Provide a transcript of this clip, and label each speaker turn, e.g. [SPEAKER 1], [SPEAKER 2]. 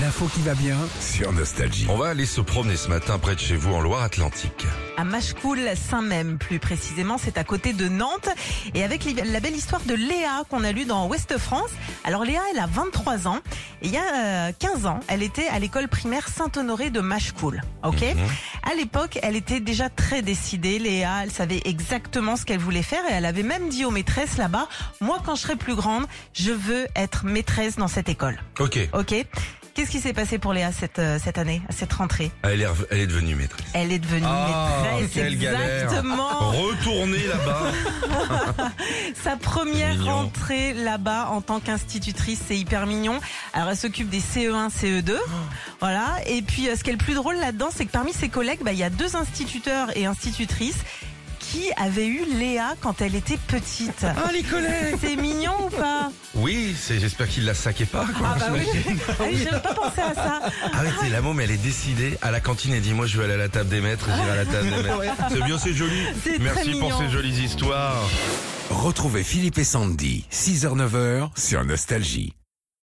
[SPEAKER 1] L'info qui va bien.
[SPEAKER 2] sur Nostalgie.
[SPEAKER 3] On va aller se promener ce matin près de chez vous en Loire-Atlantique.
[SPEAKER 4] à Machecoul, Saint-Même plus précisément, c'est à côté de Nantes, et avec li- la belle histoire de Léa qu'on a lue dans Ouest France. Alors Léa, elle a 23 ans, et il y a euh, 15 ans, elle était à l'école primaire Saint-Honoré de Machecoul, ok À l'époque, elle était déjà très décidée, Léa, elle savait exactement ce qu'elle voulait faire, et elle avait même dit aux maîtresses là-bas, moi quand je serai plus grande, je veux être maîtresse dans cette école,
[SPEAKER 3] Ok,
[SPEAKER 4] ok Qu'est-ce qui s'est passé pour Léa cette, euh, cette année, à cette rentrée
[SPEAKER 3] elle est, rev- elle est devenue maîtresse.
[SPEAKER 4] elle est devenue
[SPEAKER 3] Ah,
[SPEAKER 4] maîtresse.
[SPEAKER 3] quelle galère. Oh,
[SPEAKER 4] Exactement.
[SPEAKER 3] Retournez là-bas.
[SPEAKER 4] Sa
[SPEAKER 3] C'est
[SPEAKER 4] première
[SPEAKER 3] mignon.
[SPEAKER 4] rentrée là-bas en tant qu'institutrice, c'est hyper mignon. Alors elle s'occupe des E CE1, CE2.
[SPEAKER 3] Oh.
[SPEAKER 4] Voilà. Et puis euh, ce qui est le plus drôle là-dedans, c'est que parmi ses collègues, bah, il y a deux instituteurs et institutrices qui avaient eu Léa quand elle était petite.
[SPEAKER 3] Ah les collègues Ah
[SPEAKER 4] C'est mignon ou pas
[SPEAKER 3] Oui, c'est- j'espère qu'il la saquait pas. Quoi.
[SPEAKER 4] Ah bah oui, Ah oui, j'avais pas pensé à ça.
[SPEAKER 3] Arrêtez la môme, elle est décidée à la cantine et dit moi je veux aller à la table des maîtres, j'irai à la table des maîtres. C'est bien, c'est joli.
[SPEAKER 4] C'est très
[SPEAKER 3] Merci pour
[SPEAKER 4] mignon.
[SPEAKER 3] ces jolies histoires.
[SPEAKER 2] Retrouvez Philippe et Sandy, 6h-9h sur Nostalgie.